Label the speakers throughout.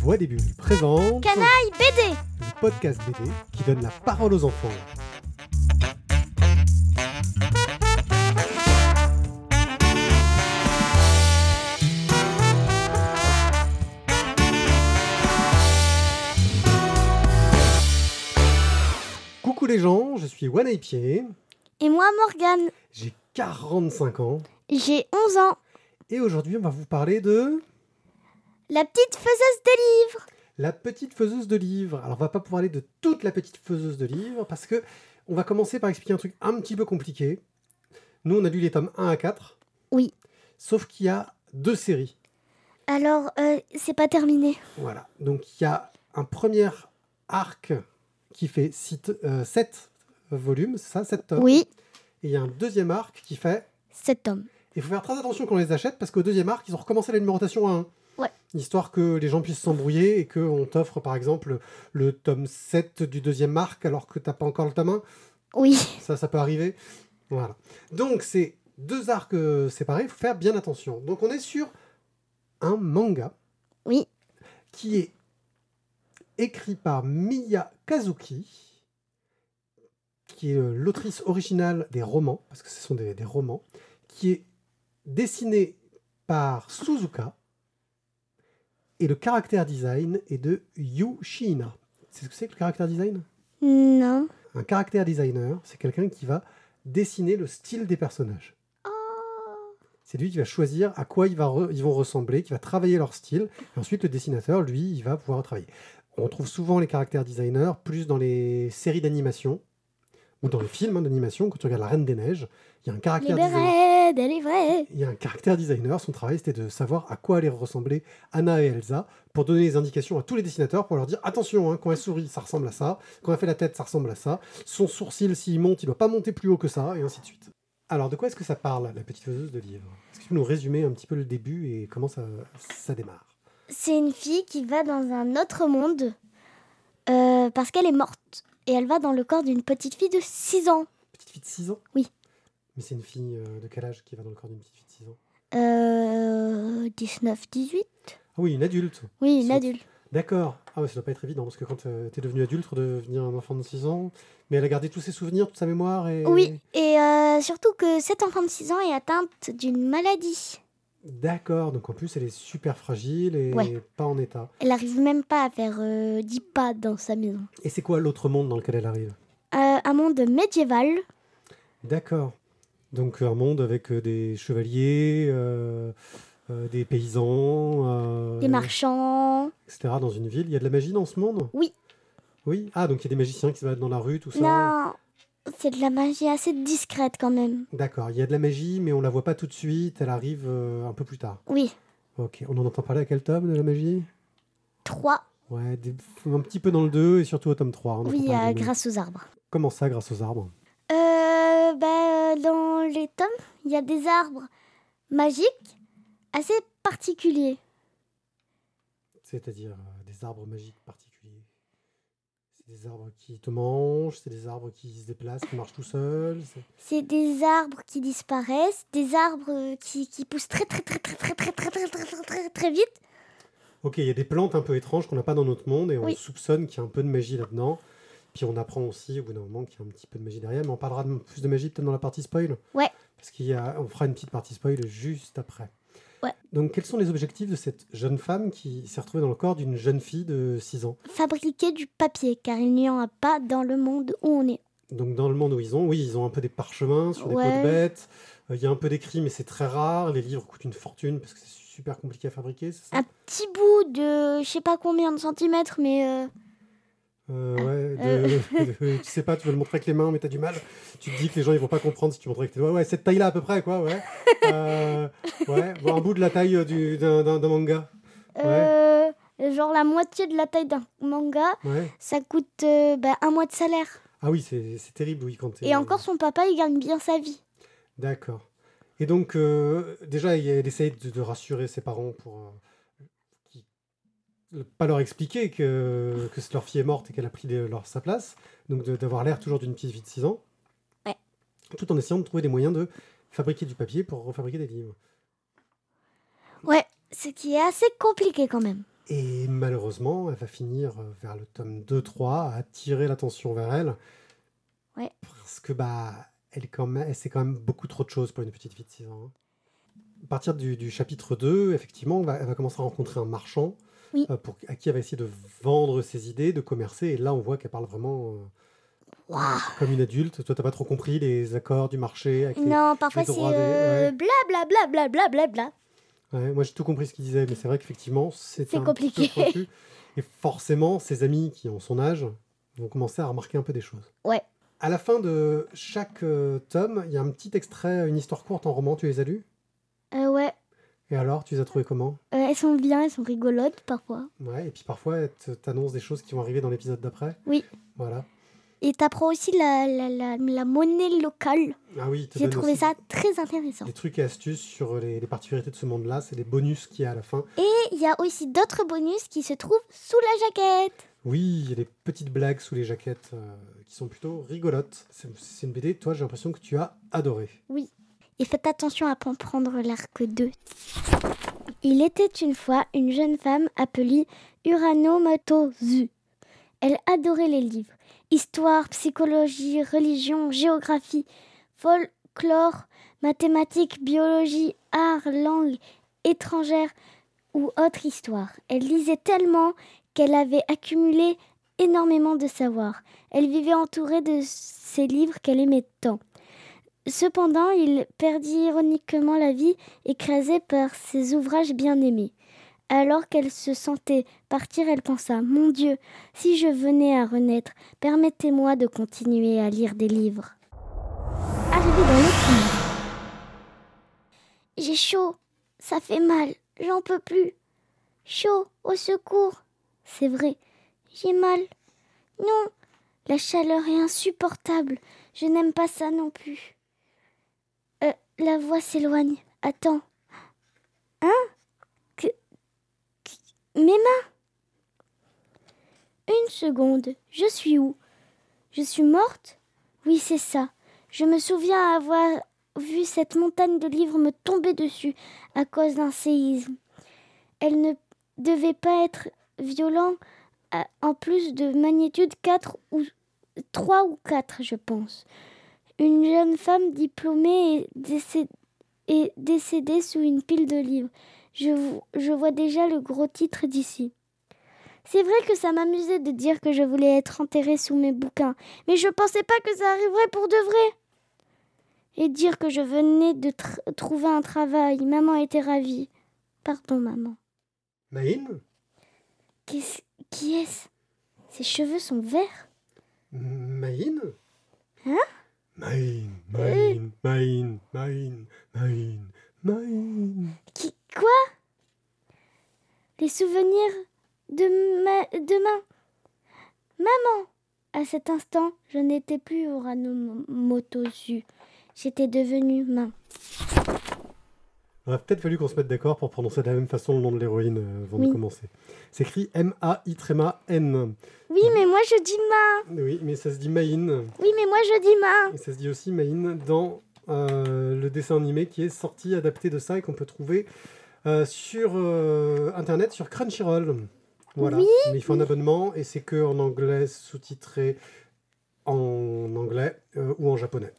Speaker 1: Voix des bulles présente
Speaker 2: Canaille BD
Speaker 1: le podcast BD qui donne la parole aux enfants. Coucou les gens, je suis One Pied,
Speaker 2: Et moi, Morgane,
Speaker 1: j'ai 45 ans
Speaker 2: j'ai 11 ans.
Speaker 1: et aujourd'hui on va vous parler de
Speaker 2: La petite faiseuse de livres
Speaker 1: La petite faiseuse de livres. Alors, on va pas pouvoir aller de toute la petite faiseuse de livres parce que on va commencer par expliquer un truc un petit peu compliqué. Nous, on a lu les tomes 1 à 4.
Speaker 2: Oui.
Speaker 1: Sauf qu'il y a deux séries.
Speaker 2: Alors, euh, c'est pas terminé.
Speaker 1: Voilà. Donc, il y a un premier arc qui fait 7 volumes, c'est ça, 7 tomes.
Speaker 2: Oui,
Speaker 1: Et il y a un deuxième arc qui fait
Speaker 2: 7 tomes.
Speaker 1: Il faut faire très attention quand on les achète parce qu'au deuxième arc, ils ont recommencé la numérotation à 1.
Speaker 2: Ouais.
Speaker 1: Histoire que les gens puissent s'embrouiller et qu'on t'offre par exemple le tome 7 du deuxième arc alors que t'as pas encore le tome 1.
Speaker 2: Oui,
Speaker 1: Ça, ça peut arriver. Voilà. Donc c'est deux arcs euh, séparés, il faut faire bien attention. Donc on est sur un manga
Speaker 2: oui,
Speaker 1: qui est écrit par Miya Kazuki, qui est euh, l'autrice originale des romans, parce que ce sont des, des romans, qui est dessiné par Suzuka, et le caractère design est de Yushina. C'est ce que c'est que le caractère design
Speaker 2: non.
Speaker 1: Un caractère designer, c'est quelqu'un qui va dessiner le style des personnages.
Speaker 2: Oh.
Speaker 1: C'est lui qui va choisir à quoi il va re- ils vont ressembler, qui va travailler leur style. Et ensuite, le dessinateur, lui, il va pouvoir travailler. On trouve souvent les caractères designers plus dans les séries d'animation ou dans les films hein, d'animation. Quand tu regardes La Reine des Neiges, il y a un
Speaker 2: Elle est
Speaker 1: caractère designer.
Speaker 2: raide, elle est vraie.
Speaker 1: Il y a un caractère designer. Son travail, c'était de savoir à quoi allaient ressembler Anna et Elsa pour donner les indications à tous les dessinateurs pour leur dire attention, hein, quand elle sourit, ça ressemble à ça. Quand elle fait la tête, ça ressemble à ça. Son sourcil, s'il monte, il doit pas monter plus haut que ça, et ainsi de suite. Alors, de quoi est-ce que ça parle, la petite faiseuse de livres Est-ce que tu peux nous résumer un petit peu le début et comment ça, ça démarre
Speaker 2: C'est une fille qui va dans un autre monde euh, parce qu'elle est morte. Et elle va dans le corps d'une petite fille de 6 ans.
Speaker 1: Petite fille de 6 ans
Speaker 2: Oui.
Speaker 1: Mais c'est une fille euh, de quel âge qui va dans le corps d'une petite fille de 6 ans
Speaker 2: Euh, 19, 18
Speaker 1: Ah oui, une adulte.
Speaker 2: Oui, une
Speaker 1: Sauf-
Speaker 2: adulte.
Speaker 1: D'accord. Ah ouais, ça doit pas être évident, parce que quand euh, t'es devenu adulte, devenir un enfant de 6 ans, mais elle a gardé tous ses souvenirs, toute sa mémoire et...
Speaker 2: Oui, et euh, surtout que cette enfant de 6 ans est atteinte d'une maladie.
Speaker 1: D'accord, donc en plus elle est super fragile et
Speaker 2: Ouais.
Speaker 1: pas en état.
Speaker 2: Elle n'arrive même pas à faire euh, 10 pas dans sa maison.
Speaker 1: Et c'est quoi l'autre monde dans lequel elle arrive
Speaker 2: Euh, un monde médiéval,
Speaker 1: D'accord. Donc un monde avec euh, des chevaliers, euh, euh, des paysans, euh,
Speaker 2: des marchands.
Speaker 1: etc. dans une ville. Il y a de la magie dans ce monde
Speaker 2: Oui.
Speaker 1: Oui Ah, donc il y a des magiciens qui se battent dans la rue, tout ça
Speaker 2: Non, c'est de la magie assez discrète quand même.
Speaker 1: D'accord, il y a de la magie, mais on la voit pas tout de suite, elle arrive euh, un peu plus tard.
Speaker 2: Oui,
Speaker 1: Ok, on en entend parler à quel tome de la magie
Speaker 2: 3,
Speaker 1: Ouais, des- un petit peu dans le 2 et surtout au tome hein, 3. on entend
Speaker 2: oui,
Speaker 1: parler
Speaker 2: euh,
Speaker 1: de-
Speaker 2: grâce aux arbres.
Speaker 1: Comment ça, grâce aux arbres
Speaker 2: Euh, bah, euh, dans les tomes, il y a des arbres magiques assez particuliers.
Speaker 1: C'est-à-dire euh, des arbres magiques particuliers. C'est des arbres qui te mangent, c'est des arbres qui se déplacent, qui marchent tout seuls. c'est-
Speaker 2: C'est des arbres qui disparaissent, des arbres euh, qui, qui poussent très très très très très très très très très très très très vite.
Speaker 1: Ok, il y a des plantes un peu étranges qu'on n'a pas dans notre monde et on
Speaker 2: Oui.
Speaker 1: soupçonne qu'il y a un peu de magie là-dedans. Puis on apprend aussi au bout d'un moment qu'il y a un petit peu de magie derrière, mais on parlera de plus de magie peut-être dans la partie spoil.
Speaker 2: Ouais.
Speaker 1: Parce qu'il y a, on fera une petite partie spoil juste après.
Speaker 2: Ouais.
Speaker 1: Donc quels sont les objectifs de cette jeune femme qui s'est retrouvée dans le corps d'une jeune fille de 6 ans
Speaker 2: Fabriquer du papier, car il n'y en a pas dans le monde où on est.
Speaker 1: Donc dans le monde où ils ont, oui, ils ont un peu des parchemins sur des peaux
Speaker 2: Ouais.
Speaker 1: de bêtes. Euh, Il y a un peu d'écrit, mais c'est très rare. Les livres coûtent une fortune parce que c'est super compliqué à fabriquer. c'est ça
Speaker 2: un petit bout de je sais pas combien de centimètres, mais euh,
Speaker 1: Euh,
Speaker 2: Ah.
Speaker 1: ouais, de- de- tu sais pas, tu veux le montrer avec les mains, mais t'as du mal. Tu te dis que les gens ils vont pas comprendre si tu montres avec tes doigts. Ouais, cette taille-là à peu près, quoi, ouais. Euh, ouais, bon, un bout de la taille euh, du- d'un d'un- d'un manga.
Speaker 2: euh, genre la moitié de la taille d'un manga,
Speaker 1: Ouais.
Speaker 2: ça coûte euh, bah, un mois de salaire.
Speaker 1: Ah oui, c'est c'est terrible, oui, quand t'es-
Speaker 2: Et encore, son papa, il gagne bien sa vie.
Speaker 1: D'accord. Et donc, euh, déjà, il- elle essaye de, de rassurer ses parents pour euh, qui- le- pas leur expliquer que, que leur fille est morte et qu'elle a pris de- leur, sa place. Donc, de- d'avoir l'air toujours d'une petite fille de 6 ans.
Speaker 2: Ouais.
Speaker 1: Tout en essayant de trouver des moyens de fabriquer du papier pour refabriquer des livres.
Speaker 2: Ce qui est assez compliqué quand même.
Speaker 1: Et malheureusement, elle va finir euh, vers le tome 2-3 à attirer l'attention vers elle.
Speaker 2: Ouais.
Speaker 1: Parce que bah, elle, est quand même, elle sait quand même beaucoup trop de choses pour une petite fille de 6 ans. hein. À partir du, du chapitre 2, effectivement, on va- elle va commencer à rencontrer un marchand
Speaker 2: Oui.
Speaker 1: euh, pour, à qui elle va essayer de vendre ses idées, de commercer. Et là, on voit qu'elle parle vraiment euh,
Speaker 2: Waouh.
Speaker 1: comme une adulte. Toi, t'as pas trop compris les accords du marché. avec les-
Speaker 2: Non, parfois c'est
Speaker 1: droits des-
Speaker 2: euh, bla bla bla bla bla bla bla.
Speaker 1: Ouais, moi, j'ai tout compris ce qu'il disait, mais c'est vrai qu'effectivement, c'est
Speaker 2: C'est
Speaker 1: un petit peu
Speaker 2: compliqué.
Speaker 1: confus. Et forcément, ses amis qui ont son âge vont commencer à remarquer un peu des choses.
Speaker 2: Ouais.
Speaker 1: À la fin de chaque euh, tome, il y a un petit extrait, une histoire courte en roman. Tu les as lus
Speaker 2: Euh, ouais,
Speaker 1: Et alors, tu les as trouvés comment
Speaker 2: Euh, elles sont bien, elles sont rigolotes parfois.
Speaker 1: Ouais, et puis parfois, elle te- t'annonce des choses qui vont arriver dans l'épisode d'après.
Speaker 2: Oui.
Speaker 1: Voilà.
Speaker 2: Et t'apprends aussi la, la, la, la monnaie locale.
Speaker 1: Ah oui, il te
Speaker 2: J'ai
Speaker 1: donne
Speaker 2: trouvé
Speaker 1: aussi
Speaker 2: ça très intéressant.
Speaker 1: Des trucs et astuces sur les, les particularités de ce monde-là, c'est des bonus qu'il y a à la fin.
Speaker 2: Et il y a aussi d'autres bonus qui se trouvent sous la jaquette.
Speaker 1: Oui, il y a des petites blagues sous les jaquettes euh, qui sont plutôt rigolotes. C'est c'est une BD, toi, j'ai l'impression que tu as adoré.
Speaker 2: Et faites attention à pas en prendre l'arc 2. Il était une fois une jeune femme appelée Urano Matozu. Elle adorait les livres. Histoire, psychologie, religion, géographie, folklore, mathématiques, biologie, art, langue étrangère ou autre histoire. Elle lisait tellement qu'elle avait accumulé énormément de savoir. Elle vivait entourée de ces livres qu'elle aimait tant. Cependant, il perdit ironiquement la vie, écrasé par ses ouvrages bien-aimés. Alors qu'elle se sentait partir, elle pensa Mon Dieu, si je venais à renaître, permettez-moi de continuer à lire des livres. Arrivée dans l'autre monde. J'ai chaud, ça fait mal, j'en peux plus. Chaud, au secours. C'est vrai, j'ai mal. Non, la chaleur est insupportable. Je n'aime pas ça non plus. Euh, la voix s'éloigne. Attends. Hein que, que- Mes mains Une seconde. Je suis où Je suis morte Oui, c'est ça. Je me souviens avoir vu cette montagne de livres me tomber dessus à cause d'un séisme. Elle ne devait pas être violent à- en plus de magnitude 4 ou 3 ou 4, je pense une jeune femme diplômée est, décé- est décédée sous une pile de livres. Je, vo- je vois déjà le gros titre d'ici. C'est vrai que ça m'amusait de dire que je voulais être enterrée sous mes bouquins, mais je pensais pas que ça arriverait pour de vrai. Et dire que je venais de tr- trouver un travail, maman était ravie. Pardon, maman.
Speaker 1: Maïm
Speaker 2: Qu'est-ce- qui est-ce Ses cheveux sont verts
Speaker 1: Maïn
Speaker 2: Hein
Speaker 1: Maïn, Maïn, Maïn, Maïn, Maïn, Maïn.
Speaker 2: Qui quoi Les souvenirs de ma- demain. Maman À cet instant, je n'étais plus Urano Motosu. J'étais devenue main.
Speaker 1: Il aurait peut-être fallu qu'on se mette d'accord pour prononcer de la même façon le nom de l'héroïne euh, avant de
Speaker 2: Oui.
Speaker 1: commencer. C'est écrit M-A-I-N.
Speaker 2: Oui, mais moi je dis main.
Speaker 1: Oui, mais ça se dit Maïn.
Speaker 2: Oui, mais moi je dis main.
Speaker 1: Et ça se dit aussi Maïn dans euh, le dessin animé qui est sorti, adapté de ça et qu'on peut trouver euh, sur euh, Internet, sur Crunchyroll. Voilà.
Speaker 2: Oui.
Speaker 1: Mais il faut un abonnement et c'est que en anglais sous-titré en anglais euh, ou en japonais.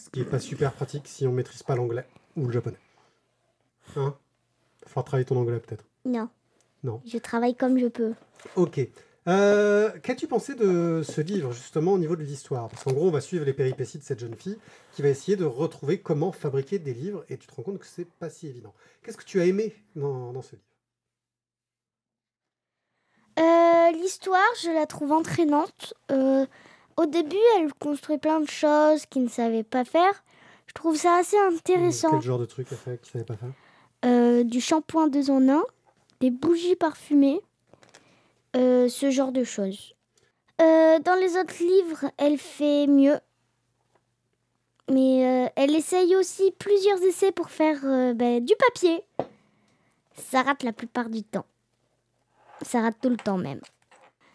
Speaker 1: Ce qui n'est pas super pratique si on ne maîtrise pas l'anglais ou le japonais. Hein Il faudra travailler ton anglais peut-être.
Speaker 2: Non.
Speaker 1: Non.
Speaker 2: Je travaille comme je peux.
Speaker 1: Ok. Euh, Qu'as-tu pensé de ce livre, justement, au niveau de l'histoire Parce qu'en gros, on va suivre les péripéties de cette jeune fille qui va essayer de retrouver comment fabriquer des livres et tu te rends compte que c'est pas si évident. Qu'est-ce que tu as aimé dans, dans ce livre
Speaker 2: Euh, L'histoire, je la trouve entraînante. Euh, au début, elle construit plein de choses qu'il ne savait pas faire. Je trouve ça assez intéressant.
Speaker 1: Quel genre de truc elle fait que tu savais pas faire
Speaker 2: Euh, du shampoing deux en un, des bougies parfumées, euh, ce genre de choses. Euh, dans les autres livres, elle fait mieux. Mais euh, elle essaye aussi plusieurs essais pour faire euh, ben, du papier. Ça rate la plupart du temps. Ça rate tout le temps même.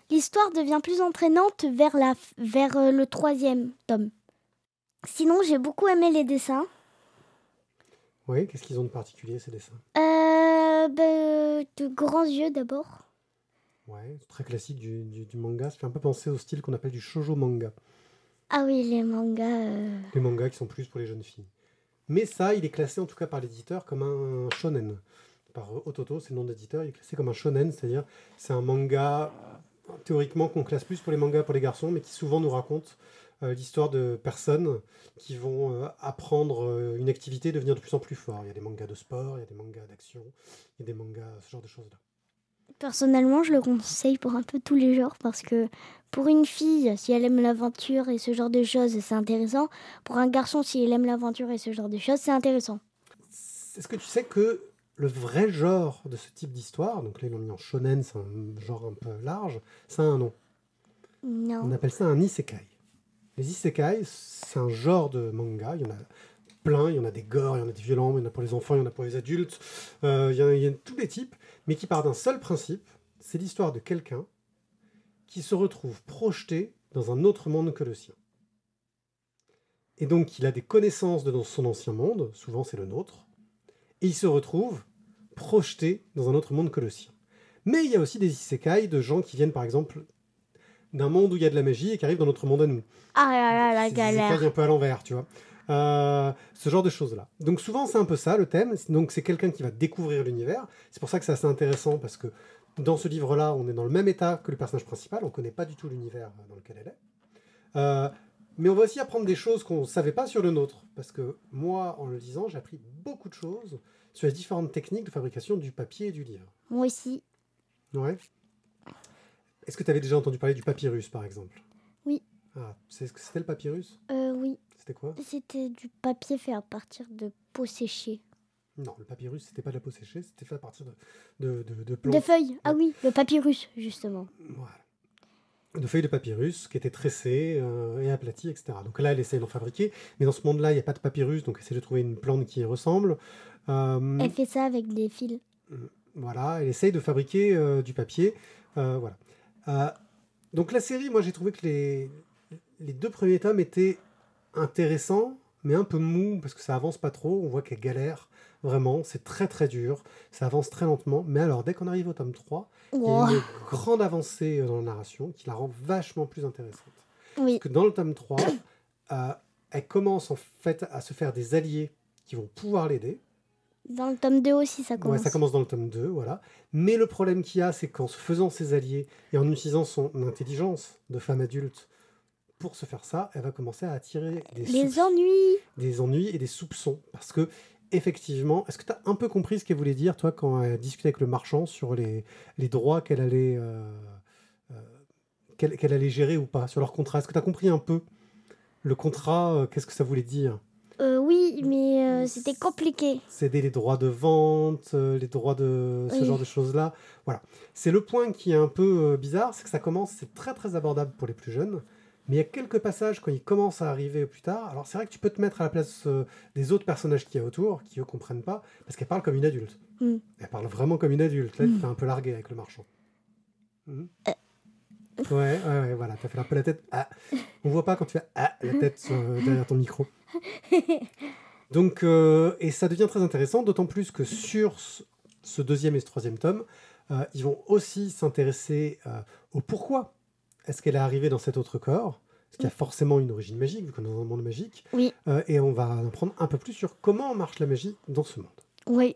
Speaker 2: L'histoire devient plus entraînante vers, la, f- vers euh, le troisième tome. Sinon, j'ai beaucoup aimé les dessins.
Speaker 1: Oui, qu'est-ce qu'ils ont de particulier ces dessins
Speaker 2: Euh, Euh, bah, de grands yeux d'abord.
Speaker 1: Ouais, c'est très classique du, du- du manga. Ça fait un peu penser au style qu'on appelle du shoujo manga.
Speaker 2: Ah oui, les mangas. euh,
Speaker 1: Les mangas qui sont plus pour les jeunes filles. Mais ça, il est classé en tout cas par l'éditeur comme un shonen. Par euh, Ototo, c'est le nom d'éditeur, il est classé comme un shonen, c'est-à-dire c'est un manga théoriquement qu'on classe plus pour les mangas pour les garçons, mais qui souvent nous raconte euh, l'histoire de personnes qui vont euh, apprendre euh, une activité et devenir de plus en plus fort. Il y a des mangas de sport, il y a des mangas d'action, il y a des mangas, ce genre de choses-là.
Speaker 2: Personnellement, je le conseille pour un peu tous les genres parce que pour une fille, si elle aime l'aventure et ce genre de choses, c'est intéressant. Pour un garçon, si il aime l'aventure et ce genre de choses, c'est intéressant.
Speaker 1: Est-ce que tu sais que le vrai genre de ce type d'histoire, donc là ils l'ont mis en shonen, c'est un genre un peu large, ça a un nom. On
Speaker 2: Non.
Speaker 1: appelle ça un isekai. Les isekai, c'est un genre de manga. Il y en a plein, il y en a des gore, il y en a des violents, il y en a pour les enfants, il y en a pour les adultes, euh, il, y en a, il y en a tous les types, mais qui part d'un seul principe, c'est l'histoire de quelqu'un qui se retrouve projeté dans un autre monde que le sien. Et donc il a des connaissances de son ancien monde, souvent c'est le nôtre, et il se retrouve projeté dans un autre monde que le sien. Mais il y a aussi des isekai de gens qui viennent par exemple d'un monde où il y a de la magie et qui arrivent dans notre monde à nous.
Speaker 2: Ah là là, la
Speaker 1: C'est des écailles
Speaker 2: galère.
Speaker 1: un peu à l'envers, tu vois. Euh, ce genre de choses-là. Donc souvent, c'est un peu ça le thème. Donc c'est quelqu'un qui va découvrir l'univers. C'est pour ça que c'est assez intéressant parce que dans ce livre-là, on est dans le même état que le personnage principal. On connaît pas du tout l'univers dans lequel elle est. Euh, mais on va aussi apprendre des choses qu'on ne savait pas sur le nôtre. Parce que moi, en le lisant, j'ai appris beaucoup de choses sur les différentes techniques de fabrication du papier et du livre.
Speaker 2: Moi aussi.
Speaker 1: Ouais. Est-ce que tu avais déjà entendu parler du papyrus, par exemple
Speaker 2: Oui.
Speaker 1: Ah, c'est ce que c'était le papyrus
Speaker 2: Euh, oui,
Speaker 1: C'était quoi
Speaker 2: c'était du papier fait à partir de peau séchée.
Speaker 1: Non, le papyrus, c'était pas de la peau séchée, c'était fait à partir de, de, de, de
Speaker 2: De
Speaker 1: plantes.
Speaker 2: feuilles. Ah oui, le papyrus, justement.
Speaker 1: Voilà. De feuilles de papyrus qui étaient tressées euh, et aplaties, etc. Donc là, elle essaie d'en fabriquer, mais dans ce monde-là, il n'y a pas de papyrus, donc essaie de trouver une plante qui y ressemble. Euh,
Speaker 2: Elle fait ça avec des fils.
Speaker 1: Voilà, elle essaye de fabriquer euh, du papier. Euh, voilà. Euh, donc la série, moi j'ai trouvé que les, les deux premiers tomes étaient intéressants, mais un peu mous, parce que ça avance pas trop, on voit qu'elle galère, vraiment, c'est très très dur, ça avance très lentement, mais alors dès qu'on arrive au tome 3, il y
Speaker 2: Wow.
Speaker 1: a une grande avancée euh, dans la narration qui la rend vachement plus intéressante.
Speaker 2: Oui,
Speaker 1: Parce que dans le tome 3, euh, elle commence en fait à se faire des alliés qui vont pouvoir l'aider.
Speaker 2: dans le tome 2 aussi, ça
Speaker 1: Ouais,
Speaker 2: commence.
Speaker 1: ça commence dans le tome 2, voilà. Mais le problème qu'il y a, c'est qu'en se faisant ses alliés et en utilisant son intelligence de femme adulte pour se faire ça, elle va commencer à attirer des,
Speaker 2: Les
Speaker 1: soupçons-
Speaker 2: ennuis.
Speaker 1: des ennuis et des soupçons. Parce que, effectivement, est-ce que tu as un peu compris ce qu'elle voulait dire, toi, quand elle discutait avec le marchand sur les, les droits qu'elle allait, euh, euh, qu'elle qu'elle allait gérer ou pas, sur leur contrat Est-ce que tu as compris un peu le contrat, euh, qu'est-ce que ça voulait dire
Speaker 2: Euh, oui, mais euh, c'était
Speaker 1: C'est-
Speaker 2: compliqué.
Speaker 1: céder les droits de vente, euh, les droits de ce
Speaker 2: Oui.
Speaker 1: genre de choses-là. Voilà. C'est le point qui est un peu euh, bizarre, c'est que ça commence, c'est très très abordable pour les plus jeunes, mais il y a quelques passages quand ils commencent à arriver plus tard. Alors c'est vrai que tu peux te mettre à la place euh, des autres personnages qu'il y a autour, qui eux comprennent pas, parce qu'elle parle comme une adulte.
Speaker 2: Mm.
Speaker 1: Elle parle vraiment comme une adulte. Là, tu
Speaker 2: Mm. Euh.
Speaker 1: t'es un peu largué avec le marchand. Mm. Ouais, ouais, ouais, voilà, t'as fait un peu la tête. Ah. On voit pas quand tu fais ah, la tête euh, derrière ton micro. Donc, euh, et ça devient très intéressant, d'autant plus que sur ce- ce deuxième et ce troisième tome, euh, ils vont aussi s'intéresser euh, au pourquoi est-ce qu'elle est arrivée dans cet autre corps, parce qu'il y a forcément une origine magique, vu qu'on est dans un monde magique,
Speaker 2: Oui.
Speaker 1: Euh, et on va en apprendre un peu plus sur comment marche la magie dans ce monde.
Speaker 2: Oui,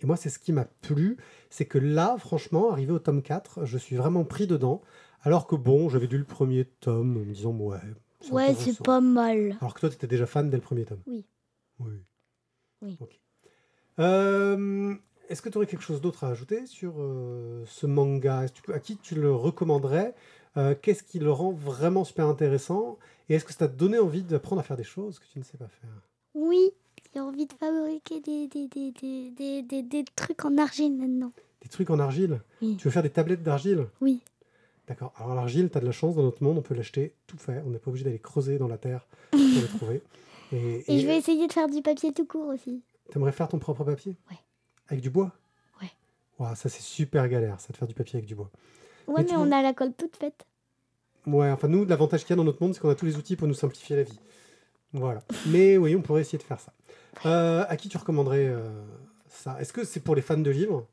Speaker 1: Et moi, c'est ce qui m'a plu, c'est que là, franchement, arrivé au tome 4, je suis vraiment pris dedans, alors que bon, j'avais lu le premier tome en me disant, ouais, c'est
Speaker 2: ouais, c'est
Speaker 1: intéressant.
Speaker 2: pas mal.
Speaker 1: Alors que toi, tu étais déjà fan dès le premier tome
Speaker 2: Oui.
Speaker 1: Oui.
Speaker 2: Oui.
Speaker 1: Ok. Euh, Est-ce que tu aurais quelque chose d'autre à ajouter sur euh, ce manga Est-ce que tu- À qui tu le recommanderais Euh, Qu'est-ce qui le rend vraiment super intéressant Et est-ce que ça t'a donné envie d'apprendre à faire des choses que tu ne sais pas faire
Speaker 2: Oui, j'ai envie de fabriquer des, des, des, des, des, des, des trucs en argile maintenant.
Speaker 1: Des trucs en argile
Speaker 2: Oui.
Speaker 1: Tu veux faire des tablettes d'argile
Speaker 2: Oui.
Speaker 1: D'accord. Alors l'argile, tu as de la chance, dans notre monde, on peut l'acheter tout fait. On n'est pas obligé d'aller creuser dans la terre pour le trouver.
Speaker 2: Et, je vais
Speaker 1: euh,
Speaker 2: essayer de faire du papier tout court aussi.
Speaker 1: T'aimerais faire ton propre papier
Speaker 2: Ouais.
Speaker 1: Avec du bois
Speaker 2: Ouais.
Speaker 1: Ouah, ça c'est super galère, ça de faire du papier avec du bois.
Speaker 2: Ouais,
Speaker 1: tu
Speaker 2: mais, on a la colle toute faite.
Speaker 1: Ouais, enfin nous, l'avantage qu'il y a dans notre monde, c'est qu'on a tous les outils pour nous simplifier la vie. Voilà. Mais oui, on pourrait essayer de faire ça. Euh, à qui tu recommanderais euh, ça. Est-ce que c'est pour les fans de livres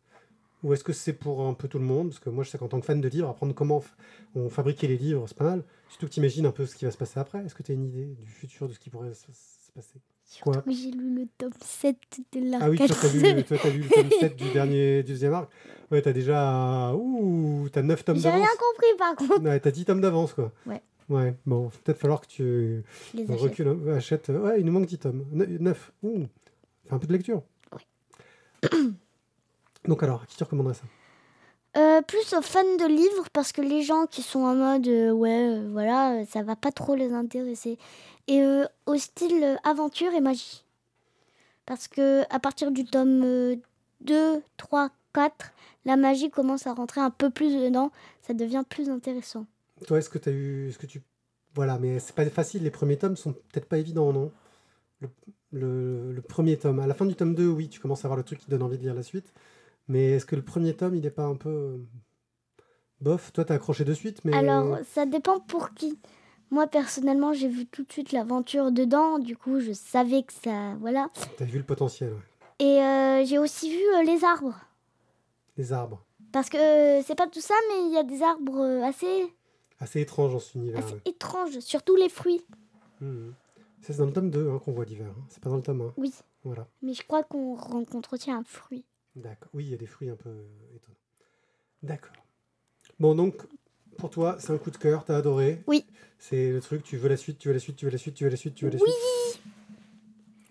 Speaker 1: ou est-ce que c'est pour un peu tout le monde Parce que moi, je sais qu'en tant que fan de livres, apprendre comment f- on fabriquait les livres, c'est pas mal. Surtout que tu imagines un peu ce qui va se passer après. Est-ce que tu as une idée du futur, de ce qui pourrait se, se passer Quoi
Speaker 2: Surtout que j'ai lu le tome 7 de l'arc.
Speaker 1: Ah oui, toi, t'as lu, toi, t'as lu le tome 7 du dernier du deuxième arc. Ouais, t'as déjà... Ouh, t'as 9 tomes
Speaker 2: J'ai
Speaker 1: d'avance.
Speaker 2: rien compris par contre.
Speaker 1: Ouais, t'as 10 tomes d'avance, quoi.
Speaker 2: Ouais.
Speaker 1: Ouais, bon, peut-être falloir que tu...
Speaker 2: Je les
Speaker 1: On
Speaker 2: achète.
Speaker 1: recule, hein. achète. euh, Ouais, il nous manque 10 tomes. 9. Fais un peu de lecture. Donc alors, à qui tu recommanderais ça
Speaker 2: Euh, plus aux fans de livres parce que les gens qui sont en mode euh, ouais euh, voilà euh, ça va pas trop les intéresser et euh, au style euh, aventure et magie parce que à partir du tome euh, 2 3 4 la magie commence à rentrer un peu plus dedans ça devient plus intéressant
Speaker 1: Toi, est-ce que tu as eu... Est-ce que tu... Voilà, mais c'est pas facile. Les premiers tomes sont peut-être pas évidents, non le, le- le premier tome. À la fin du tome 2, oui, tu commences à avoir le truc qui te donne envie de lire la suite. Mais est-ce que le premier tome, il est pas un peu... euh, Bof, toi, t'as accroché de suite, mais...
Speaker 2: alors euh, ça dépend pour qui moi personnellement j'ai vu tout de suite l'aventure dedans du coup je savais que ça voilà
Speaker 1: T'as vu le potentiel, ouais.
Speaker 2: et euh, j'ai aussi vu euh, les arbres
Speaker 1: Les arbres.
Speaker 2: Parce que euh, c'est pas tout ça, mais il y a des arbres euh, assez,
Speaker 1: Assez étrange dans cet univers.
Speaker 2: assez
Speaker 1: Ah ouais.
Speaker 2: étranges, surtout les fruits.
Speaker 1: Mhm. Ça, c'est dans le tome 2 hein, qu'on voit l'hiver. hein. C'est pas dans le tome 1.
Speaker 2: Oui,
Speaker 1: Voilà.
Speaker 2: mais je crois qu'on rencontre aussi un fruit.
Speaker 1: D'accord. Oui, il y a des fruits un peu euh, étonnants. D'accord. Bon, donc, pour toi, c'est un coup de cœur, t'as adoré.
Speaker 2: Oui.
Speaker 1: C'est le truc, tu veux la suite, tu veux la suite, tu veux la suite, tu veux la suite, tu veux la suite.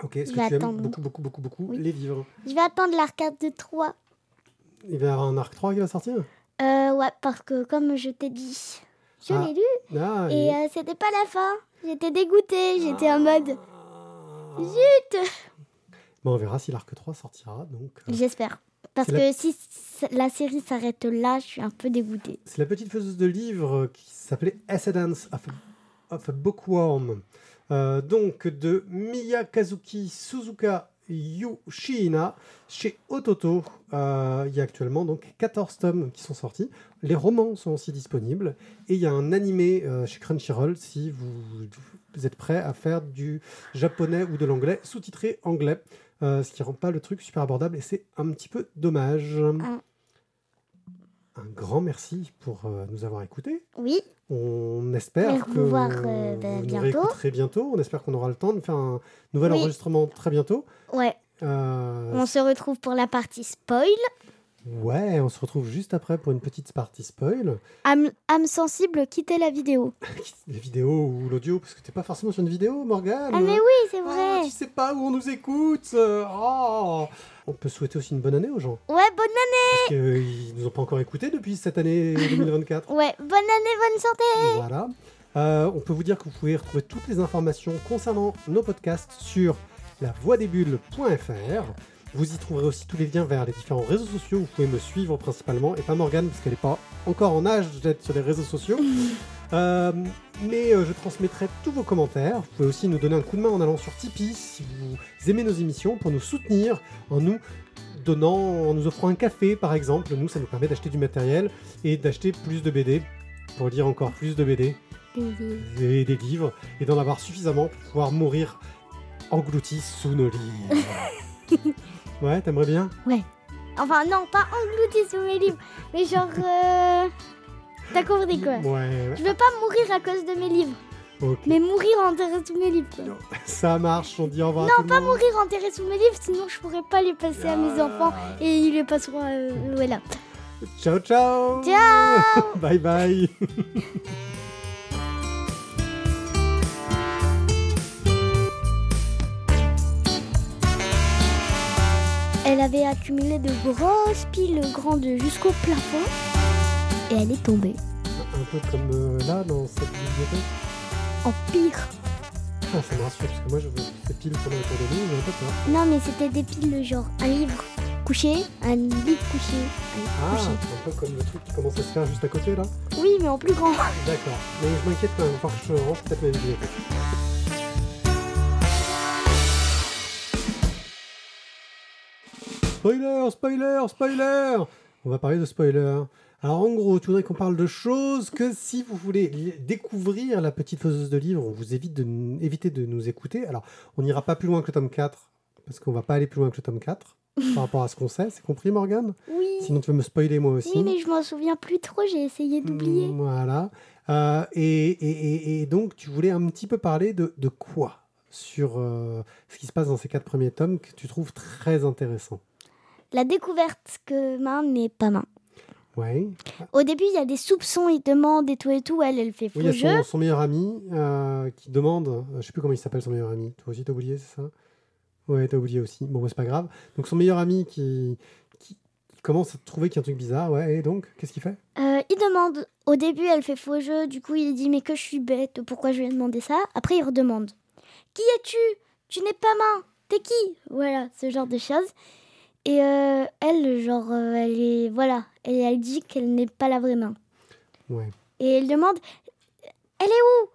Speaker 1: Ok, est-ce
Speaker 2: Je
Speaker 1: que
Speaker 2: vais
Speaker 1: tu aimes
Speaker 2: attendre.
Speaker 1: beaucoup, beaucoup, beaucoup, beaucoup
Speaker 2: Oui.
Speaker 1: les livres
Speaker 2: Je vais attendre l'arcade de 3.
Speaker 1: Il va y avoir un arc 3 qui va sortir
Speaker 2: Euh, ouais, parce que comme je t'ai dit, je
Speaker 1: Ah,
Speaker 2: l'ai lu
Speaker 1: Ah,
Speaker 2: et euh, c'était pas la fin. J'étais dégoûtée, j'étais en
Speaker 1: Ah.
Speaker 2: mode.
Speaker 1: Zut Ah. Bon, on verra si l'arc 3 sortira. Donc, euh,
Speaker 2: J'espère. Parce
Speaker 1: C'est
Speaker 2: que si s- la série s'arrête là, je suis un peu dégoûtée.
Speaker 1: C'est la petite faiseuse de livres qui s'appelait Ascendance of a, of a Bookworm. Euh, donc de Miyakazuki Suzuka Yushina chez Ototo. Euh, il y a actuellement donc 14 tomes qui sont sortis. Les romans sont aussi disponibles. Et il y a un animé euh, chez Crunchyroll si vous, vous êtes prêt à faire du japonais ou de l'anglais sous-titré anglais. Euh, ce qui rend pas le truc super abordable et c'est un petit peu dommage.
Speaker 2: Ah.
Speaker 1: Un grand merci pour euh, nous avoir écoutés.
Speaker 2: Oui,
Speaker 1: On
Speaker 2: Au
Speaker 1: espère que
Speaker 2: revoir, euh, bah,
Speaker 1: vous nous
Speaker 2: bientôt.
Speaker 1: réécouterez bientôt. On espère qu'on aura le temps de faire un nouvel
Speaker 2: Oui.
Speaker 1: enregistrement très bientôt.
Speaker 2: ouais.
Speaker 1: Euh,
Speaker 2: On se retrouve pour la partie spoil.
Speaker 1: Ouais, on se retrouve juste après pour une petite partie spoil.
Speaker 2: Âme, âme sensible, quittez la vidéo.
Speaker 1: La vidéo ou l'audio, parce que t'es pas forcément sur une vidéo, Morgane.
Speaker 2: Ah, mais oui, c'est
Speaker 1: Ah,
Speaker 2: vrai.
Speaker 1: tu sais pas où on nous écoute. euh, oh. On peut souhaiter aussi une bonne année aux gens.
Speaker 2: Ouais, bonne
Speaker 1: Parce qu'ils nous ont pas encore écoutés depuis cette année 2024.
Speaker 2: Ouais, bonne année, bonne santé.
Speaker 1: Voilà. Euh, on peut vous dire que vous pouvez retrouver toutes les informations concernant nos podcasts sur lavoidesbulles.fr. Vous y trouverez aussi tous les liens vers les différents réseaux sociaux. Vous pouvez me suivre principalement et pas Morgane parce qu'elle n'est pas encore en âge d'être sur les réseaux sociaux. Euh, mais euh, je transmettrai tous vos commentaires. Vous pouvez aussi nous donner un coup de main en allant sur Tipeee si vous aimez nos émissions pour nous soutenir en nous donnant, en nous offrant un café par exemple. Nous, ça nous permet d'acheter du matériel et d'acheter plus de BD pour lire encore plus de BD
Speaker 2: Mmh.
Speaker 1: et des livres et d'en avoir suffisamment pour pouvoir mourir englouti sous nos livres. ouais, t'aimerais bien
Speaker 2: Enfin, non, pas englouti sous mes livres, mais genre. euh, T'as compris quoi
Speaker 1: Ouais, ouais.
Speaker 2: Je veux pas mourir à cause de mes livres,
Speaker 1: Ok.
Speaker 2: mais mourir enterré sous mes livres. quoi.
Speaker 1: Ça marche, on dit au revoir. Non, pas mourir
Speaker 2: Mourir enterré sous mes livres, sinon je pourrais pas les passer à mes enfants et ils les passeront à. euh, voilà.
Speaker 1: Ciao, ciao
Speaker 2: Ciao
Speaker 1: Bye bye
Speaker 2: Elle avait accumulé de grosses piles grandes jusqu'au plafond et elle est tombée.
Speaker 1: Un peu comme euh, là, dans cette bibliothèque.
Speaker 2: En pire.
Speaker 1: Ah, ça me rassure, parce que moi, je veux ces piles qu'on a autour de nous, j'ai un peu peur.
Speaker 2: Non, mais c'était des piles genre un livre couché, un livre couché, un
Speaker 1: Ah,
Speaker 2: livre
Speaker 1: un peu comme le truc qui commence à se faire juste à côté, là.
Speaker 2: couché. Oui, mais en plus grand.
Speaker 1: D'accord. Mais je m'inquiète quand même, il va falloir que je range peut-être ma bibliothèque. Spoiler, spoiler, spoiler On va parler de spoiler. Alors en gros, tu voudrais qu'on parle de choses que si vous voulez li- découvrir la petite faiseuse de livres, on vous évite de, n- évitez de nous écouter. Alors on n'ira pas plus loin que le tome 4, parce qu'on va pas aller plus loin que le tome 4. par rapport à ce qu'on sait. C'est compris, Morgane
Speaker 2: Oui.
Speaker 1: Sinon, tu vas me spoiler moi aussi.
Speaker 2: Oui, mais je m'en souviens plus trop, j'ai essayé d'oublier.
Speaker 1: Mm, Voilà. Euh, et, et- et- et donc, tu voulais un petit peu parler de, de quoi sur euh, ce qui se passe dans ces quatre premiers tomes que tu trouves très intéressant.
Speaker 2: La découverte que main n'est pas main.
Speaker 1: Ouais.
Speaker 2: Au début, il y a des soupçons, il demande et tout et tout. Elle, elle fait faux
Speaker 1: Oui, il y a
Speaker 2: jeu.
Speaker 1: son, son meilleur ami euh, qui demande, euh, je sais plus comment il s'appelle son meilleur ami, toi aussi t'as oublié, c'est ça Ouais, t'as oublié aussi, bon, bah, c'est pas grave. Donc son meilleur ami qui, qui commence à trouver qu'il y a un truc bizarre, ouais, et donc, qu'est-ce qu'il fait
Speaker 2: Euh, il demande. Au début, elle fait faux jeu. Du coup, il dit Mais que je suis bête, pourquoi je lui ai demandé ça Après, il redemande Qui es-tu Tu n'es pas main. T'es qui Voilà, ce genre de choses. Et euh, elle, genre, euh, elle est. Voilà. Et elle dit qu'elle n'est pas la vraie main.
Speaker 1: Ouais.
Speaker 2: Et elle demande Elle est où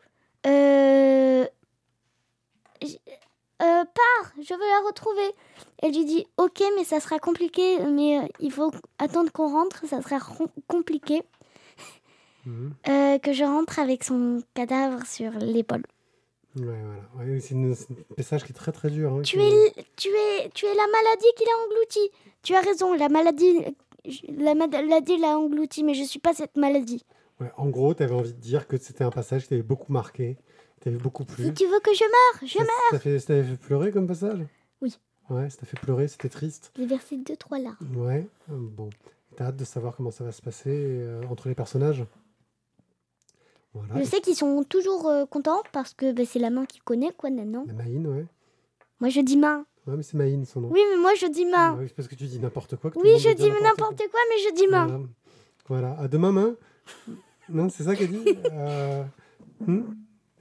Speaker 2: euh, j- euh, Pars, je veux la retrouver. Elle lui dit Ok, mais ça sera compliqué, mais euh, il faut attendre qu'on rentre, ça sera ron- compliqué
Speaker 1: Mhm.
Speaker 2: euh, que je rentre avec son cadavre sur l'épaule.
Speaker 1: Ouais, voilà. Ouais, c'est une- c'est un message qui est très très dur. hein,
Speaker 2: Tu
Speaker 1: qui-
Speaker 2: es, l- tu, es, tu es la maladie qui l'a englouti. Tu as raison, la maladie la maladie l'a englouti, mais je suis pas cette maladie.
Speaker 1: Ouais, en gros, t'avais envie de dire que c'était un passage qui t'avait beaucoup marqué, t'avais beaucoup plu.
Speaker 2: Si tu veux que je meure, je
Speaker 1: Ça-
Speaker 2: meurs.
Speaker 1: Ça fait- ça t'avait fait pleurer comme passage
Speaker 2: Oui.
Speaker 1: Ouais, ça t'a fait pleurer, c'était triste.
Speaker 2: Les versets 2-3 là.
Speaker 1: Ouais, euh, bon. T'as hâte de savoir comment ça va se passer euh, entre les personnages Voilà.
Speaker 2: Je sais qu'ils sont toujours euh, contents parce que bah, c'est la main qui connaît, quoi, Nanan.
Speaker 1: La Maïne, ouais.
Speaker 2: Moi, je dis main.
Speaker 1: Ouais, mais c'est Maïne son nom.
Speaker 2: Oui, mais moi, je dis
Speaker 1: Ah
Speaker 2: main.
Speaker 1: oui, c'est parce que tu dis n'importe quoi. que Oh. tout le
Speaker 2: Oui,
Speaker 1: monde
Speaker 2: je
Speaker 1: veut dire
Speaker 2: dis n'importe quoi, mais je dis
Speaker 1: quoi.
Speaker 2: main.
Speaker 1: Voilà. Voilà. À demain, main. Non, c'est ça qu'elle dit Euh, hmm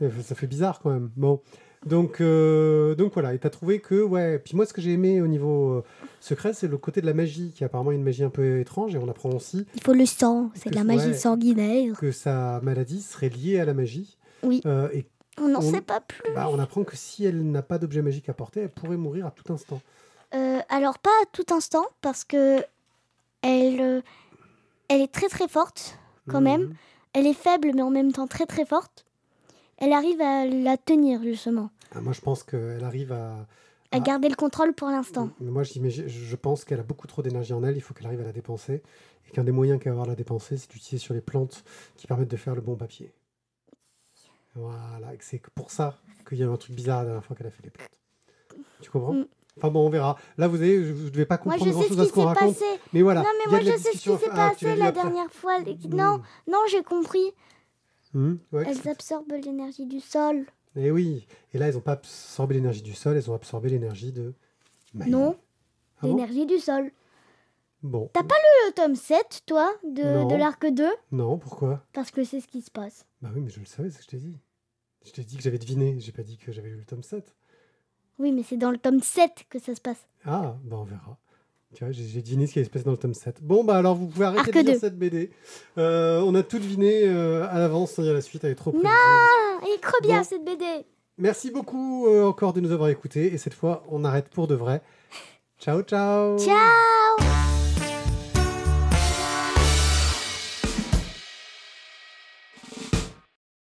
Speaker 1: Eh, Ça fait bizarre quand même. Bon. Donc, euh, donc voilà, et t'as trouvé que, ouais, puis moi ce que j'ai aimé au niveau euh, secret, c'est le côté de la magie, qui est apparemment une magie un peu étrange, et on apprend aussi
Speaker 2: Il faut le sang, c'est de la magie
Speaker 1: Ouais.
Speaker 2: sanguinaire.
Speaker 1: que sa maladie serait liée à la magie,
Speaker 2: Oui.
Speaker 1: Euh, et
Speaker 2: On n'en
Speaker 1: On-
Speaker 2: sait pas plus.
Speaker 1: Bah, on apprend que si elle n'a pas d'objet magique à porter, elle pourrait mourir à tout instant.
Speaker 2: Euh, alors, pas à tout instant, parce que elle, euh, elle est très très forte. Quand
Speaker 1: Mhm.
Speaker 2: même. Elle est faible, mais en même temps très très forte. Elle arrive à la tenir, justement.
Speaker 1: Ah, moi, je pense qu'elle arrive à.
Speaker 2: À
Speaker 1: Ah.
Speaker 2: garder le contrôle pour l'instant.
Speaker 1: Mais Moi, j'imagine- je pense qu'elle a beaucoup trop d'énergie en elle, il faut qu'elle arrive à la dépenser. Et qu'un des moyens qu'elle va avoir de la dépenser, c'est d'utiliser sur les plantes qui permettent de faire le bon papier. Voilà, et que c'est pour ça qu'il y a eu un truc bizarre la dernière fois qu'elle a fait les plantes. Tu comprends
Speaker 2: Mm.
Speaker 1: Enfin bon, on verra. Là, vous avez, je ne vais pas
Speaker 2: Moi,
Speaker 1: comprendre
Speaker 2: je sais ce
Speaker 1: grand-chose à
Speaker 2: qui
Speaker 1: ce qu'on
Speaker 2: s'est
Speaker 1: raconte.
Speaker 2: passé.
Speaker 1: Mais voilà.
Speaker 2: Non,
Speaker 1: il y
Speaker 2: mais
Speaker 1: a
Speaker 2: moi,
Speaker 1: de la
Speaker 2: je sais ce
Speaker 1: discussion à
Speaker 2: qui s'est
Speaker 1: faire. Ah, tu l'as
Speaker 2: passé
Speaker 1: lu
Speaker 2: la
Speaker 1: après.
Speaker 2: dernière fois. Non, non, j'ai compris.
Speaker 1: Mm. Mm. Ouais.
Speaker 2: Elles absorbent l'énergie du sol.
Speaker 1: Et oui, et là, ils n'ont pas absorbé l'énergie du sol, ils ont absorbé l'énergie de. Maï.
Speaker 2: Non,
Speaker 1: Ah bon
Speaker 2: l'énergie du sol.
Speaker 1: Bon.
Speaker 2: T'as Le tome 7, toi, de,
Speaker 1: Non.
Speaker 2: de l'arc 2,
Speaker 1: Non, pourquoi
Speaker 2: parce que c'est ce qui se passe.
Speaker 1: Bah oui, mais je le savais, c'est ce que je t'ai dit. Je t'ai dit que j'avais deviné, j'ai pas dit que j'avais lu le tome 7.
Speaker 2: Oui, mais c'est dans le tome 7 que ça se passe.
Speaker 1: Ah, bah on verra. Tu vois, j'ai j'ai deviné ce qui allait se passer dans le tome 7. Bon, bah alors vous pouvez arrêter
Speaker 2: Arc
Speaker 1: de lire
Speaker 2: deux.
Speaker 1: cette BD. Euh, on a tout deviné euh, à l'avance, hein, la suite, elle est trop
Speaker 2: Non.
Speaker 1: prévisible.
Speaker 2: Ah, elle est trop bien
Speaker 1: Bon.
Speaker 2: cette BD.
Speaker 1: Merci beaucoup euh, encore de nous avoir écoutés, et cette fois, on arrête pour de vrai. Ciao, ciao
Speaker 2: Ciao